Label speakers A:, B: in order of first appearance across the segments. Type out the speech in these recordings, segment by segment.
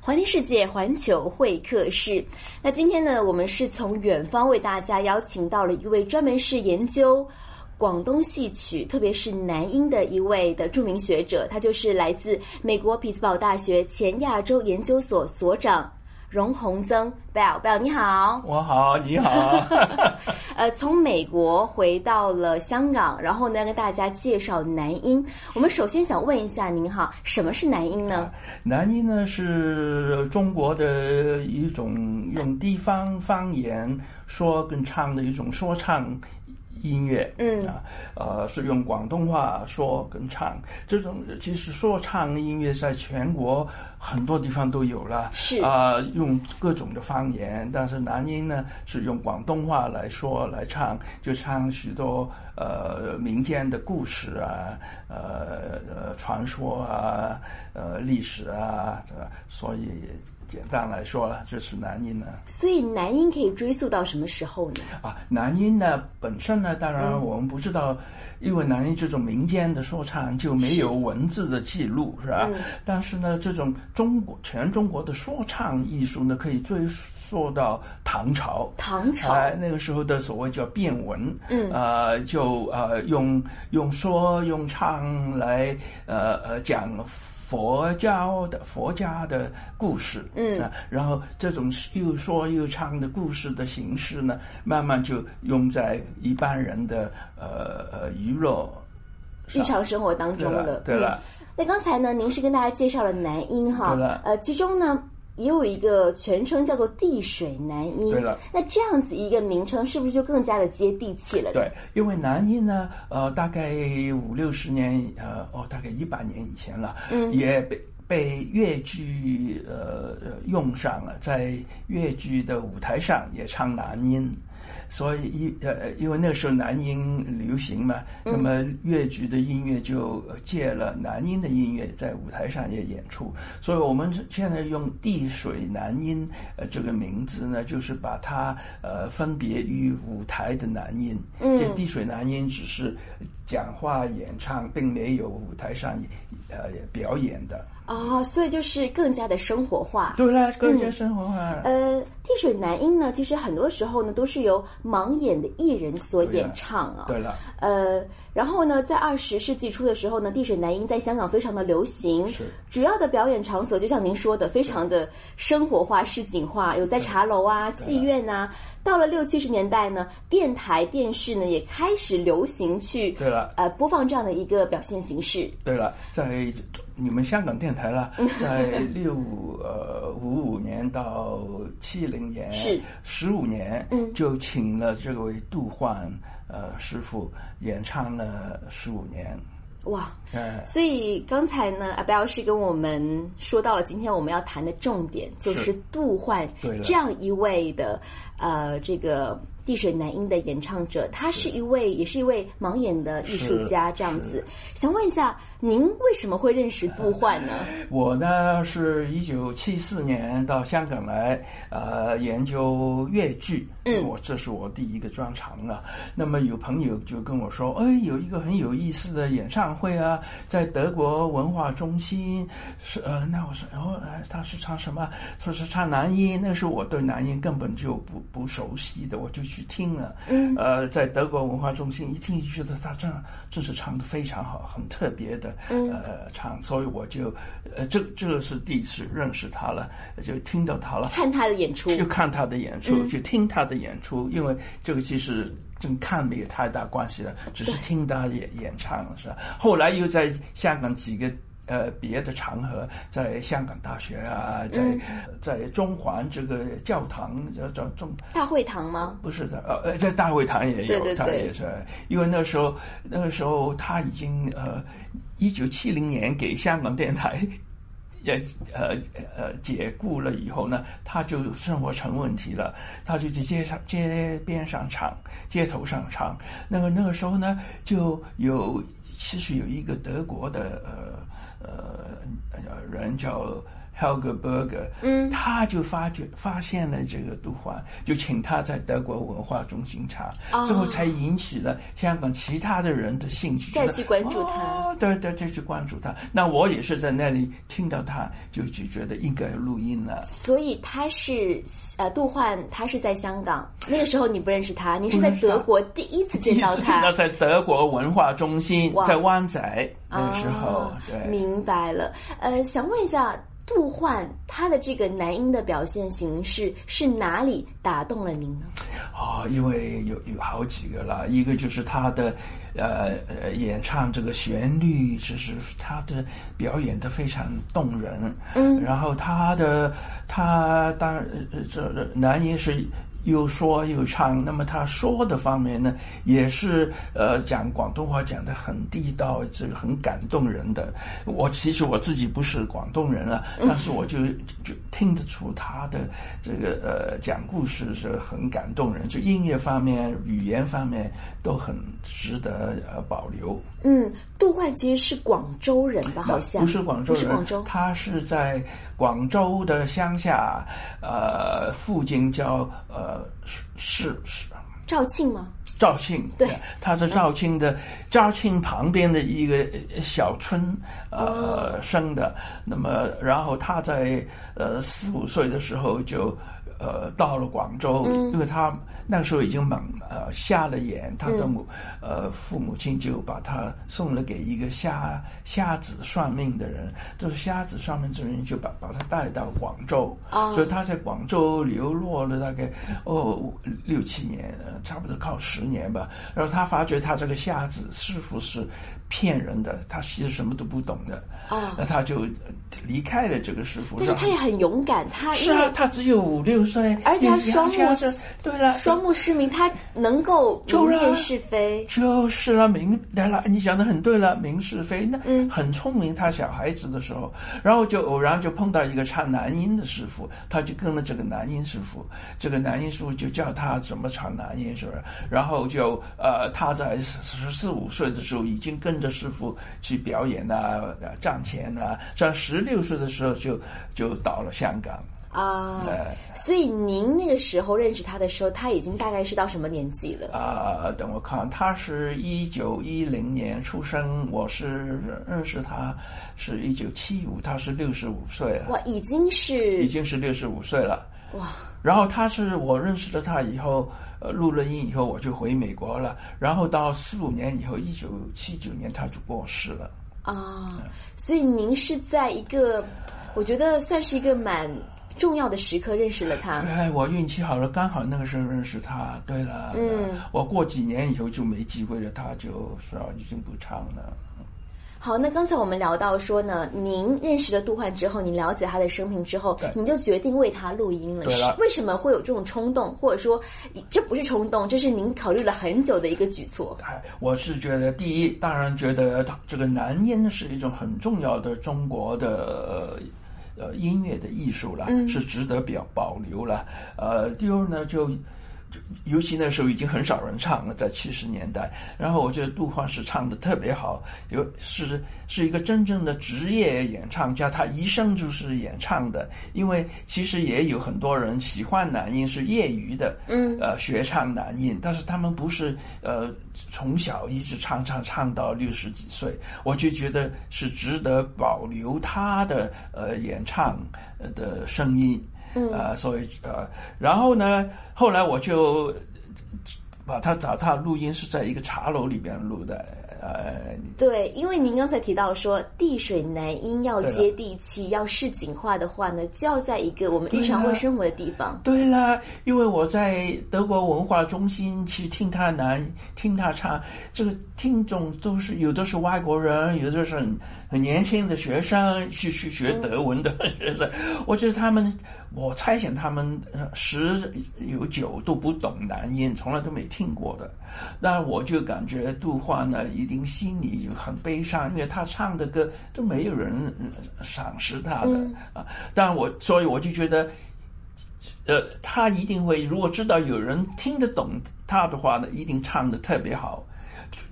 A: 环听世界环球会客室。那今天呢，我们是从远方为大家邀请到了一位专门是研究。广东戏曲，特别是南音的一位的著名学者，他就是来自美国匹兹堡大学前亚洲研究所所长荣宏增啊 Bell Bell，你好。
B: 我好，你好，
A: 呃，从美国回到了香港，然后呢，跟大家介绍南音。我们首先想问一下您哈，什么是南音呢？
B: 南音呢是中国的一种用地方方言说跟唱的一种说唱音乐，
A: 嗯
B: 啊，呃，是用广东话说跟唱。这种其实说唱音乐在全国很多地方都有了，
A: 是
B: 啊、用各种的方言，但是南音呢是用广东话来说来唱，就唱许多呃民间的故事啊，呃呃传说啊，呃历史啊，是吧所以简单来说了，这是南音呢。
A: 所以南音可以追溯到什么时候呢？
B: 啊，南音呢本身呢，当然我们不知道，因为南音这种民间的说唱就没有文字的记录，是吧？但是呢，这种中国全中国的说唱艺术呢，可以追溯到唐朝。
A: 唐朝，
B: 啊，那个时候的所谓叫变文，
A: 嗯
B: 呃，就呃用用说用唱来呃呃讲佛教的佛家的故事，
A: 嗯
B: 啊然后这种又说又唱的故事的形式呢，慢慢就用在一般人的呃呃娱乐
A: 日
B: 上。
A: 常生活当中的。
B: 对了对了
A: 嗯那刚才呢，您是跟大家介绍了南音哈，
B: 对了
A: 呃，其中呢也有一个全称叫做地水南音。
B: 对了
A: 那这样子一个名称是不是就更加的接地气了？，
B: 对，因为南音呢，呃，大概五六十年，呃，哦，大概一百年以前了，
A: 嗯
B: 也被被越剧呃呃用上了，在越剧的舞台上也唱南音。所以一呃，因为那时候南音流行嘛，
A: 嗯
B: 那么越剧的音乐就呃借了南音的音乐在舞台上也演出，所以我们现在用地水南音呃这个名字呢，就是把它呃分别于舞台的南音，
A: 嗯
B: 这滴水男音只是讲话演唱，并没有舞台上呃表演的。
A: 哦，所以就是更加的生活化。
B: 对啦，个人生活啊。
A: 嗯呃，地水南音呢，其实很多时候呢都是由盲眼的艺人所
B: 对呀
A: 演唱啊。
B: 对了，
A: 呃，然后呢，在二十世纪初的时候呢，地水南音在香港非常的流行
B: 是，
A: 主要的表演场所就像您说的，非常的生活化、市井化，有在茶楼啊、妓院啊。到了六七十年代呢，电台、电视呢也开始流行去
B: 对了
A: 呃播放这样的一个表现形式。
B: 对了，在你们香港电台啦，
A: 嗯
B: 在六呃五五年到七零年，
A: 是
B: 十五年，
A: 嗯
B: 就请了这位杜焕呃师傅演唱了十五年，
A: 哇，
B: 哎、
A: 所以刚才呢，阿贝老师跟我们说到了今天我们要谈的重点，就是杜焕
B: 对了
A: 这样一位的呃，这个地水男音的演唱者，他是一位也是一位盲眼的艺术家，
B: 是
A: 这样子。想问一下，您为什么会认识杜焕 呢？
B: 我呢是一九七四年到香港来，呃，研究越剧，
A: 嗯
B: 我这是我第一个专长了。那么有朋友就跟我说，哎，有一个很有意思的演唱会啊，在德国文化中心，是呃，那我说，然后呃，他是唱什么？说是唱南音，那时候我对南音根本就不不熟悉的，我就去听了。
A: 嗯
B: 呃，在德国文化中心一听就觉得他真真是唱的非常好，很特别的呃唱，所以我就呃这这是第一次认识他了，就听到他了，
A: 看他的演出，
B: 就看他的演
A: 嗯
B: 出，就听他的演出，因为这个其实。跟看没有太大关系了，只是听他演演唱了是吧？后来又在香港几个呃别的场合，在香港大学啊，在、
A: 嗯
B: 在中环这个教堂叫叫中
A: 大会堂吗？
B: 不是的，呃呃，在大会堂也有，
A: 对对对
B: 他也是，因为那时候那个时候他已经呃，一九七零年给香港电台也呃呃解雇了以后呢，他就生活成问题了，他就去街上街边上唱，街头上唱。那么那个时候呢，就有其实有一个德国的呃呃呃人叫。 Helge Berger，嗯，他就发觉发现了这个杜华，就请他在德国文化中心查，最后才引起了香港其他的人的兴趣，
A: 再去关注他
B: 哦，对对，再去关注他。那我也是在那里听到他，就就觉得应该录音了。
A: 所以他是呃，杜焕，他是在香港，那个时候你不认识他，你是在
B: 不认识他
A: 德国第一次
B: 第一
A: 见到
B: 次听到
A: 他。
B: 在德国文化中心
A: 哇，
B: 在湾仔那个时候
A: 啊，
B: 对。
A: 明白了。呃，想问一下，杜焕他的这个男音的表现形式是哪里打动了您呢？
B: 啊、因为有有好几个啦，一个就是他的，呃呃，演唱这个旋律，就是他的表演的非常动人，嗯，然后他的他当然呃这男音是又说又唱，那么他说的方面呢，也是呃讲广东话讲的很地道，这个很感动人的。我其实我自己不是广东人啊，
A: 嗯
B: 但是我就就听得出他的这个呃讲故事是很感动人，就音乐方面、语言方面都很值得呃保留。
A: 嗯，杜焕其实是广州人吧？好像
B: 不是广州
A: 不
B: 人，
A: 是广州。
B: 他是在广州的乡下，呃，附近叫呃是是
A: 肇庆吗？
B: 肇庆，
A: 对，
B: 他是肇庆的，肇庆旁边的一个小村，呃，生的。那么，然后他在呃四五岁的时候就。呃，到了广州，因为他那时候已经蒙呃瞎了眼，他的母、呃父母亲就把他送了给一个瞎瞎子算命的人，就是瞎子算命的人就把把他带到广州，
A: 哦
B: 所以他在广州流落了大概哦五六七年，呃差不多靠十年吧。然后他发觉他这个瞎子师傅是骗人的，他其实什么都不懂的。
A: 哦
B: 那他就呃离开了这个师傅。
A: 但是
B: 然
A: 他
B: 后
A: 也很勇敢，他
B: 是
A: 因
B: 啊
A: 为，
B: 他只有五六岁，
A: 而且他
B: 你
A: 双目
B: 瞎子对了，
A: 双目失明，他能够明
B: 就是啊
A: 辨是非。
B: 就是了，明白了，你讲的很对了，明是非。那很聪明，他小孩子的时候，然后就偶然就碰到一个唱男音的师傅，他就跟了这个男音师傅，这个男音师傅就教他怎么唱男音，是不是？然后就呃，他在十四五岁的时候已经跟着师傅去表演啊，呃站前啊，在十六岁的时候就就到了香港。呃
A: 啊
B: 对，
A: 所以您那个时候认识他的时候，他已经大概是到什么年纪了？
B: 啊，等我看，他是一九一零年出生，我是认识他是一九七五，他是六十五岁了，
A: 哇，已经是
B: 已经是六十五岁了。
A: 哇，
B: 然后他是我认识了他以后，呃，录了音以后我就回美国了，然后到四五年以后，一九七九年他就过世了。嗯
A: 啊，所以您是在一个，我觉得算是一个蛮重要的时刻认识了他。
B: 哎，我运气好了，刚好那个时候认识他。对了，
A: 嗯，
B: 我过几年以后就没机会了，他就是啊已经不唱了。
A: 好，那刚才我们聊到说呢，您认识了杜焕之后，你了解他的生平之后
B: 对，
A: 你就决定为他录音了。
B: 对了
A: 是为什么会有这种冲动，或者说这不是冲动，这是您考虑了很久的一个举措？
B: 哎，我是觉得，第一，当然觉得它这个南音是一种很重要的中国的呃呃音乐的艺术了，是值得表保留了。呃，第二呢，就就尤其那时候已经很少人唱了，在七十年代。然后我觉得杜焕是唱的特别好，有是是一个真正的职业演唱家，他一生就是演唱的。因为其实也有很多人喜欢南音是业余的，嗯，呃，学唱南音，但是他们不是呃从小一直唱唱唱到六十几岁，我就觉得是值得保留他的呃演唱呃的声音。嗯，呃，所以呃，然后呢，后来我就把他找他录音是在一个茶楼里边录的，呃，
A: 对，因为您刚才提到说地水南音要
B: 对了
A: 接地气，要市井化的话呢，就要在一个我们日常
B: 对啊
A: 会生活的地方。
B: 对啦，因为我在德国文化中心去听他南听他唱，这个听众都是有的是外国人，有的是很很年轻的学生，去去学德文的学生。 我觉得他们，我猜想他们呃十有九都不懂南音，从来都没听过的。那我就感觉杜华呢，一定心里有很悲伤，因为他唱的歌都没有人嗯赏识他的、啊。但我所以我就觉得。呃，他一定会，如果知道有人听得懂他的话呢，一定唱得特别好。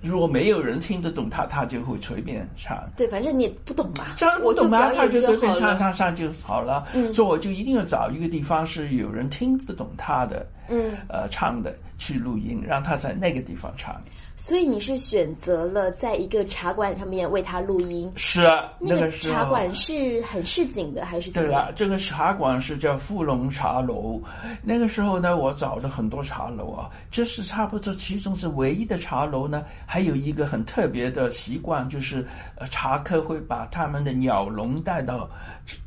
B: 如果没有人听得懂他，他就会随便唱。
A: 对，反正你也不懂嘛，
B: 唱
A: 我
B: 不懂啊，
A: 表
B: 他
A: 演
B: 就随便
A: 好
B: 唱
A: 了。
B: 唱唱就好了。
A: 嗯
B: 所以我就一定要找一个地方是有人听得懂他的，
A: 嗯，
B: 呃，唱的去录音，让他在那个地方唱。
A: 所以你是选择了在一个茶馆上面为他录音。
B: 是啊，
A: 那
B: 个
A: 个
B: 时候。
A: 茶馆是很市井的还是怎
B: 对啊
A: 么样？
B: 了，这个茶馆是叫富龙茶楼。那个时候呢，我找了很多茶楼啊，这是差不多其中是唯一的茶楼呢。还有一个很特别的习惯，就是呃茶客会把他们的鸟笼带到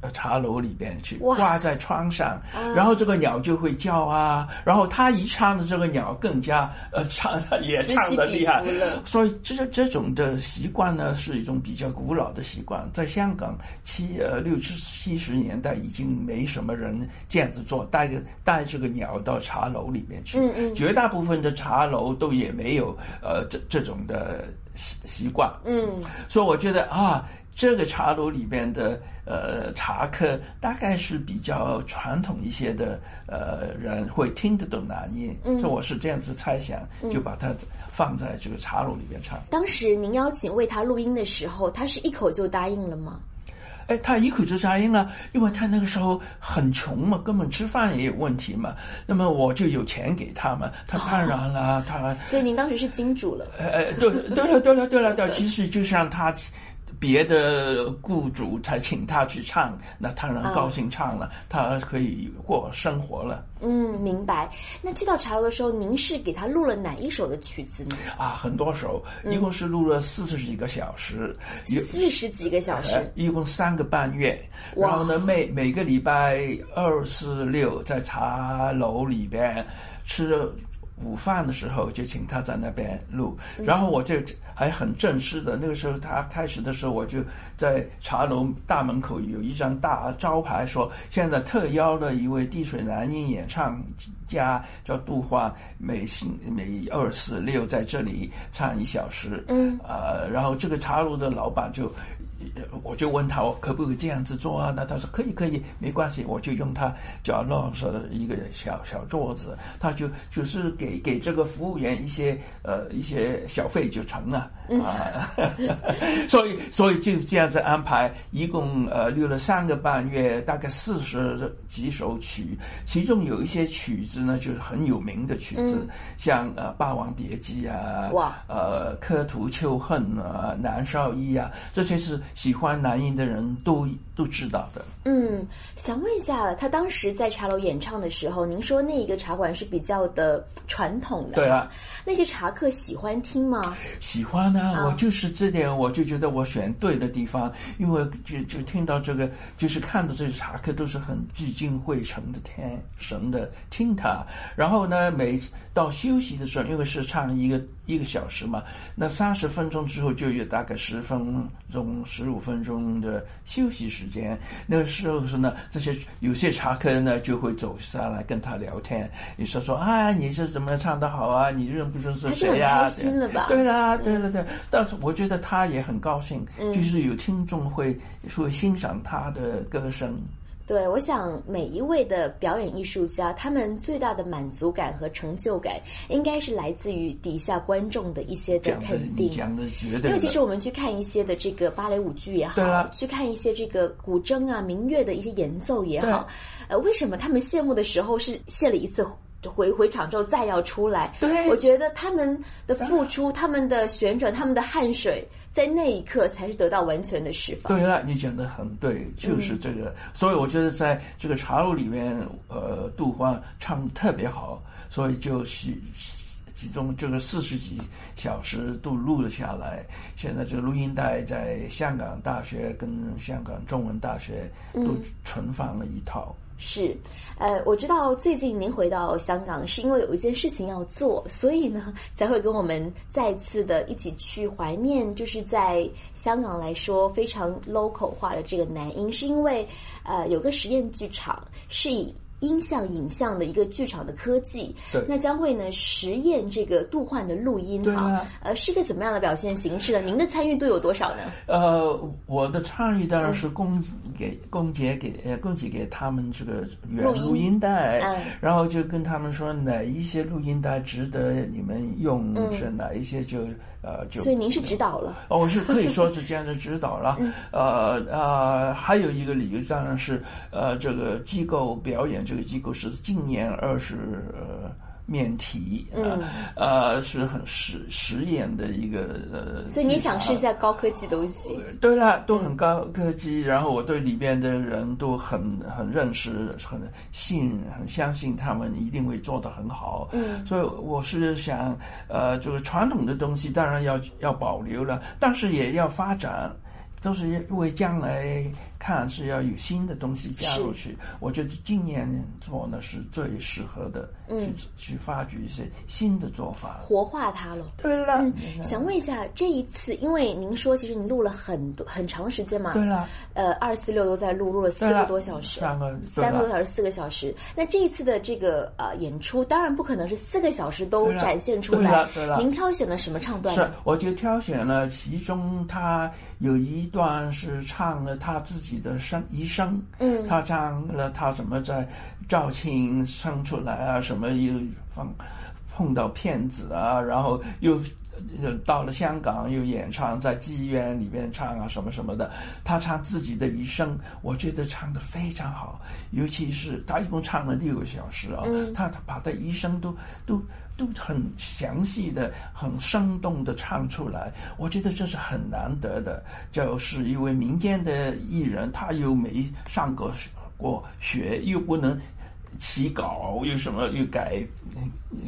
B: 呃茶楼里边去，
A: 哇
B: 挂在窗上，然后这个鸟就会叫啊。然后他一唱的这个鸟更加呃唱 也
A: 此
B: 唱
A: 起
B: 得
A: 彼
B: 厉害
A: 伏了，
B: 所以这这种的习惯呢，是一种比较古老的习惯，在香港七呃六七七十年代已经没什么人这样子做，带个带这个鸟到茶楼里面去，
A: 嗯嗯
B: 绝大部分的茶楼都也没有呃这这种的习习惯，
A: 嗯，
B: 所以我觉得啊，这个茶楼里边的呃茶客大概是比较传统一些的呃人会听得懂南音，嗯，所以我是这样子猜想，就把它放在这个茶楼里边唱。
A: 当时您邀请为他录音的时候，他是一口就答应了吗？
B: 哎，他一口就答应了，因为他那个时候很穷嘛，根本吃饭也有问题嘛，那么我就有钱给他嘛，他当然啦，他
A: 所以您当时是金主了。
B: 呃，呃，对对了，对了，对了，对了，其实就像他别的雇主才请他去唱，那当然高兴唱了，他可以过生活了
A: 嗯，明白。那去到茶楼的时候，您是给他录了哪一首的曲子呢？
B: 啊，很多首，一共是录了四十几个小时，有。
A: 四十几个小时
B: 呃， 一共三个半月，然后呢，每每个礼拜二、四、六在茶楼里边吃午饭的时候，就请他在那边录。然后我就还很正式的，那个时候他开始的时候，我就在茶楼大门口有一张大招牌说，现在特邀了一位滴水男音演唱家叫杜华，每星每二、四、六在这里唱一小时。
A: 嗯
B: 呃，然后这个茶楼的老板就，呃我就问他我可不可以这样子做啊？那他说可以可以，没关系，我就用他角落上的一个小小桌子，他就就是给给这个服务员一些呃一些小费就成了啊， 所以所以就这样子安排，一共呃录了三个半月，大概四十几首曲，其中有一些曲子呢就是很有名的曲子，像呃《霸王别姬》啊，
A: 哇
B: 呃，刻图秋恨啊，南少一啊，这些是喜欢南音的人都都知道的。
A: 嗯，想问一下，他当时在茶楼演唱的时候，您说那一个茶馆是比较的传统的，
B: 对啊，
A: 那些茶客喜欢听吗？
B: 喜欢呢、
A: 啊
B: 我就是这点，我就觉得我选对的地方，因为就就听到这个，就是看到这些茶客都是很聚精会神的听神的听他，然后呢，每到休息的时候，因为是唱一个一个小时嘛，那三十分钟之后就有大概十分钟、十五分钟的休息时间，那个时候是呢，这些有些茶客呢就会走下来跟他聊天，你说说啊，你是怎么唱的好啊，你认不认识
A: 还是很
B: 谁啊呀、
A: 开心的吧嗯
B: 对对啦，对了对，但是我觉得他也很高兴，就是有听众会会欣赏他的歌声。
A: 对，我想每一位的表演艺术家，他们最大的满足感和成就感，应该是来自于底下观众的一些的
B: 讲的
A: 肯
B: 你
A: 定。
B: 讲的绝
A: 因
B: 对
A: 为
B: 的
A: 其实我们去看一些的这个芭蕾舞剧也
B: 对
A: 好
B: 啦，
A: 去看一些这个古筝啊、民乐的一些演奏也好
B: 对，
A: 呃，为什么他们谢幕的时候是谢了一次？回回场之后再要出来，
B: 对
A: 我觉得他们的付出、他们的旋转、他们的汗水，在那一刻才是得到完全的释放。
B: 对了，你讲的很对，就是这
A: 嗯
B: 个。所以我觉得在这个茶楼里面，呃，杜欢唱的特别好，所以就其其中这个四十几小时都录了下来。现在这个录音带在香港大学跟香港中文大学都
A: 嗯
B: 存放了一套。
A: 是，呃，我知道最近您回到香港是因为有一件事情要做，所以呢才会跟我们再次的一起去怀念，就是在香港来说非常 local 化的这个南音，是因为呃有个实验剧场是以。音像影像的一个剧场的科技。
B: 对
A: 那将会呢实验这个杜焕的录音
B: 对
A: 哈、
B: 啊
A: 呃，是个怎么样的表现形式呢？您的参与度有多少呢？
B: 呃，我的参与当然是供给供给给呃供给给他们这个原
A: 录音
B: 录音带，
A: 嗯
B: 然后就跟他们说哪一些录音带值得你们用，
A: 嗯
B: 是哪一些就呃就。
A: 所以您嗯是指导了，
B: 哦，我是可以说是这样的指导了，呃呃，还有一个理由当然是，呃，这个机构表演这个机构是今年二十呃面体，呃
A: 嗯
B: 呃是很实实验的一个呃，
A: 所以您想
B: 剧
A: 试
B: 场
A: 一下高科技东西。
B: 对啦，都很高科技，然后我对里面的人都很很认识，很信，很相信他们一定会做得很好。
A: 嗯，
B: 所以我是想，呃，这个传统的东西当然要要保留了，但是也要发展。都是因为将来看是要有新的东西加入去，我觉得今年做呢是最适合的，去去发掘一些新的做法。
A: 活化它了。
B: 对啦，
A: 嗯，想问一下，这一次，因为您说其实您录了很多很长时间嘛，
B: 对啦，
A: 呃，二四六都在录，录了四
B: 对啦
A: 个多小时，
B: 三个对
A: 三个
B: 啦
A: 多小时，四个小时。那这一次的这个呃演出，当然不可能是四个小时都
B: 对啦
A: 展现出
B: 对
A: 来
B: 啦对啦。
A: 您挑选了什么唱段
B: 是
A: 呢？，
B: 我就挑选了其中他有一段是唱了他自己的生一生，
A: 嗯
B: 他唱了他怎么在肇庆生出来啊，什么又碰碰到骗子啊，然后又。呃到了香港又演唱，在妓院里面唱啊什么什么的，他唱自己的一生，我觉得唱的非常好，尤其是他一共唱了六个小时啊，他他把他一生都都都很详细的、很生动的唱出来，我觉得这是很难得的。就是因为民间的艺人，他又没上过学过学，又不能起稿，又什么又改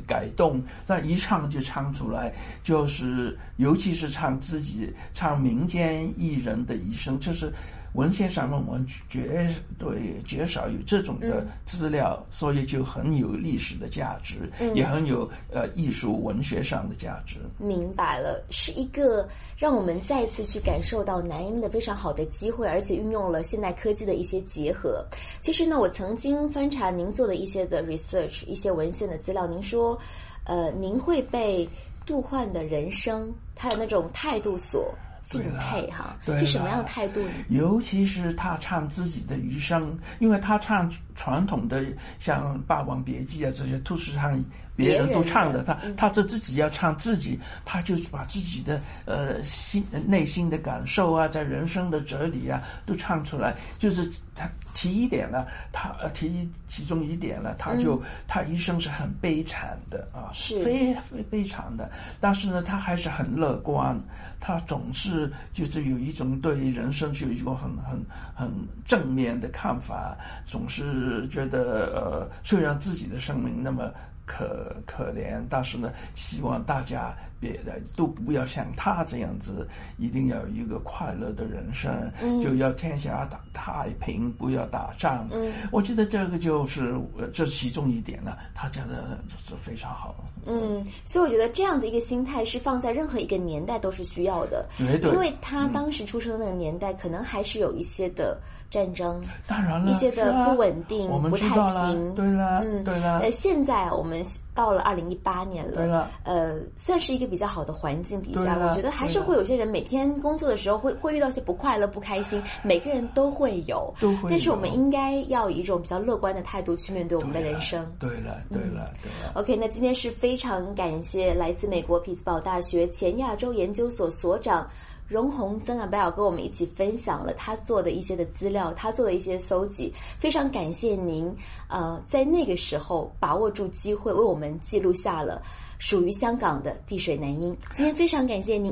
B: 改动，那一唱就唱出来，就是尤其是唱自己唱民间艺人的一生，就是。文献上面我们绝对绝少有这种的资料，所以就很有历史的价值，也很有呃艺术文学上的价值。
A: 明白了，是一个让我们再次去感受到南音的非常好的机会，而且运用了现代科技的一些结合。其实呢，我曾经翻查您做的一些的 research，一些文献的资料，您说，呃，您会被杜焕的人生他的那种态度所敬佩哈，
B: 对啦
A: 是什么样的态度呢？
B: 尤其是他唱自己的余生，因为他唱传统的像《霸王别姬》啊这些，都是唱别人都唱的，嗯他他这自己要唱自己，他就把自己的呃心内心的感受啊，在人生的哲理啊都唱出来，就是他提一点了，他呃提一其中一点了，他就、他一生是很悲惨的啊，
A: 是
B: 非非非非常的，但是呢，他还是很乐观，他总是就是有一种对人生就有一个很很很正面的看法，总是觉得呃，虽然自己的生命那么。可可怜，但是呢，希望大家别都不要像他这样子，一定要有一个快乐的人生，就要天下打太平，不要打仗。嗯，我觉得这个就是呃这其中一点了，他讲的是非常好。
A: 嗯，所以我觉得这样的一个心态是放在任何一个年代都是需要的，
B: 绝对嗯
A: 因为他当时出生的那个年代，可能还是有一些的战争，
B: 当然了，
A: 一些的
B: 是啊
A: 不稳定
B: 我们
A: 不
B: 知
A: 太
B: 道啦
A: 平
B: 对啦，
A: 嗯，
B: 对啦
A: 呃，，现在我们到了二零一八年了，
B: 对了
A: 呃，算是一个比较好的环境底
B: 对
A: 下，
B: 了
A: 我觉得还是
B: 对了
A: 会有些人每天工作的时候会会遇到一些不快乐、不开心，每个人都会有，
B: 都会有
A: 但是我们应该要以一种比较乐观的态度去面对我们的
B: 对
A: 人
B: 啦
A: 生。
B: 对了，对了，对了，
A: OK，那今天是非常感谢来自美国匹兹堡大学前亚洲研究所所长荣宏曾阿贝尔跟我们一起分享了他做的一些的资料，他做的一些搜集，非常感谢您，呃，在那个时候把握住机会，为我们记录下了属于香港的滴水男婴。今天非常感谢您。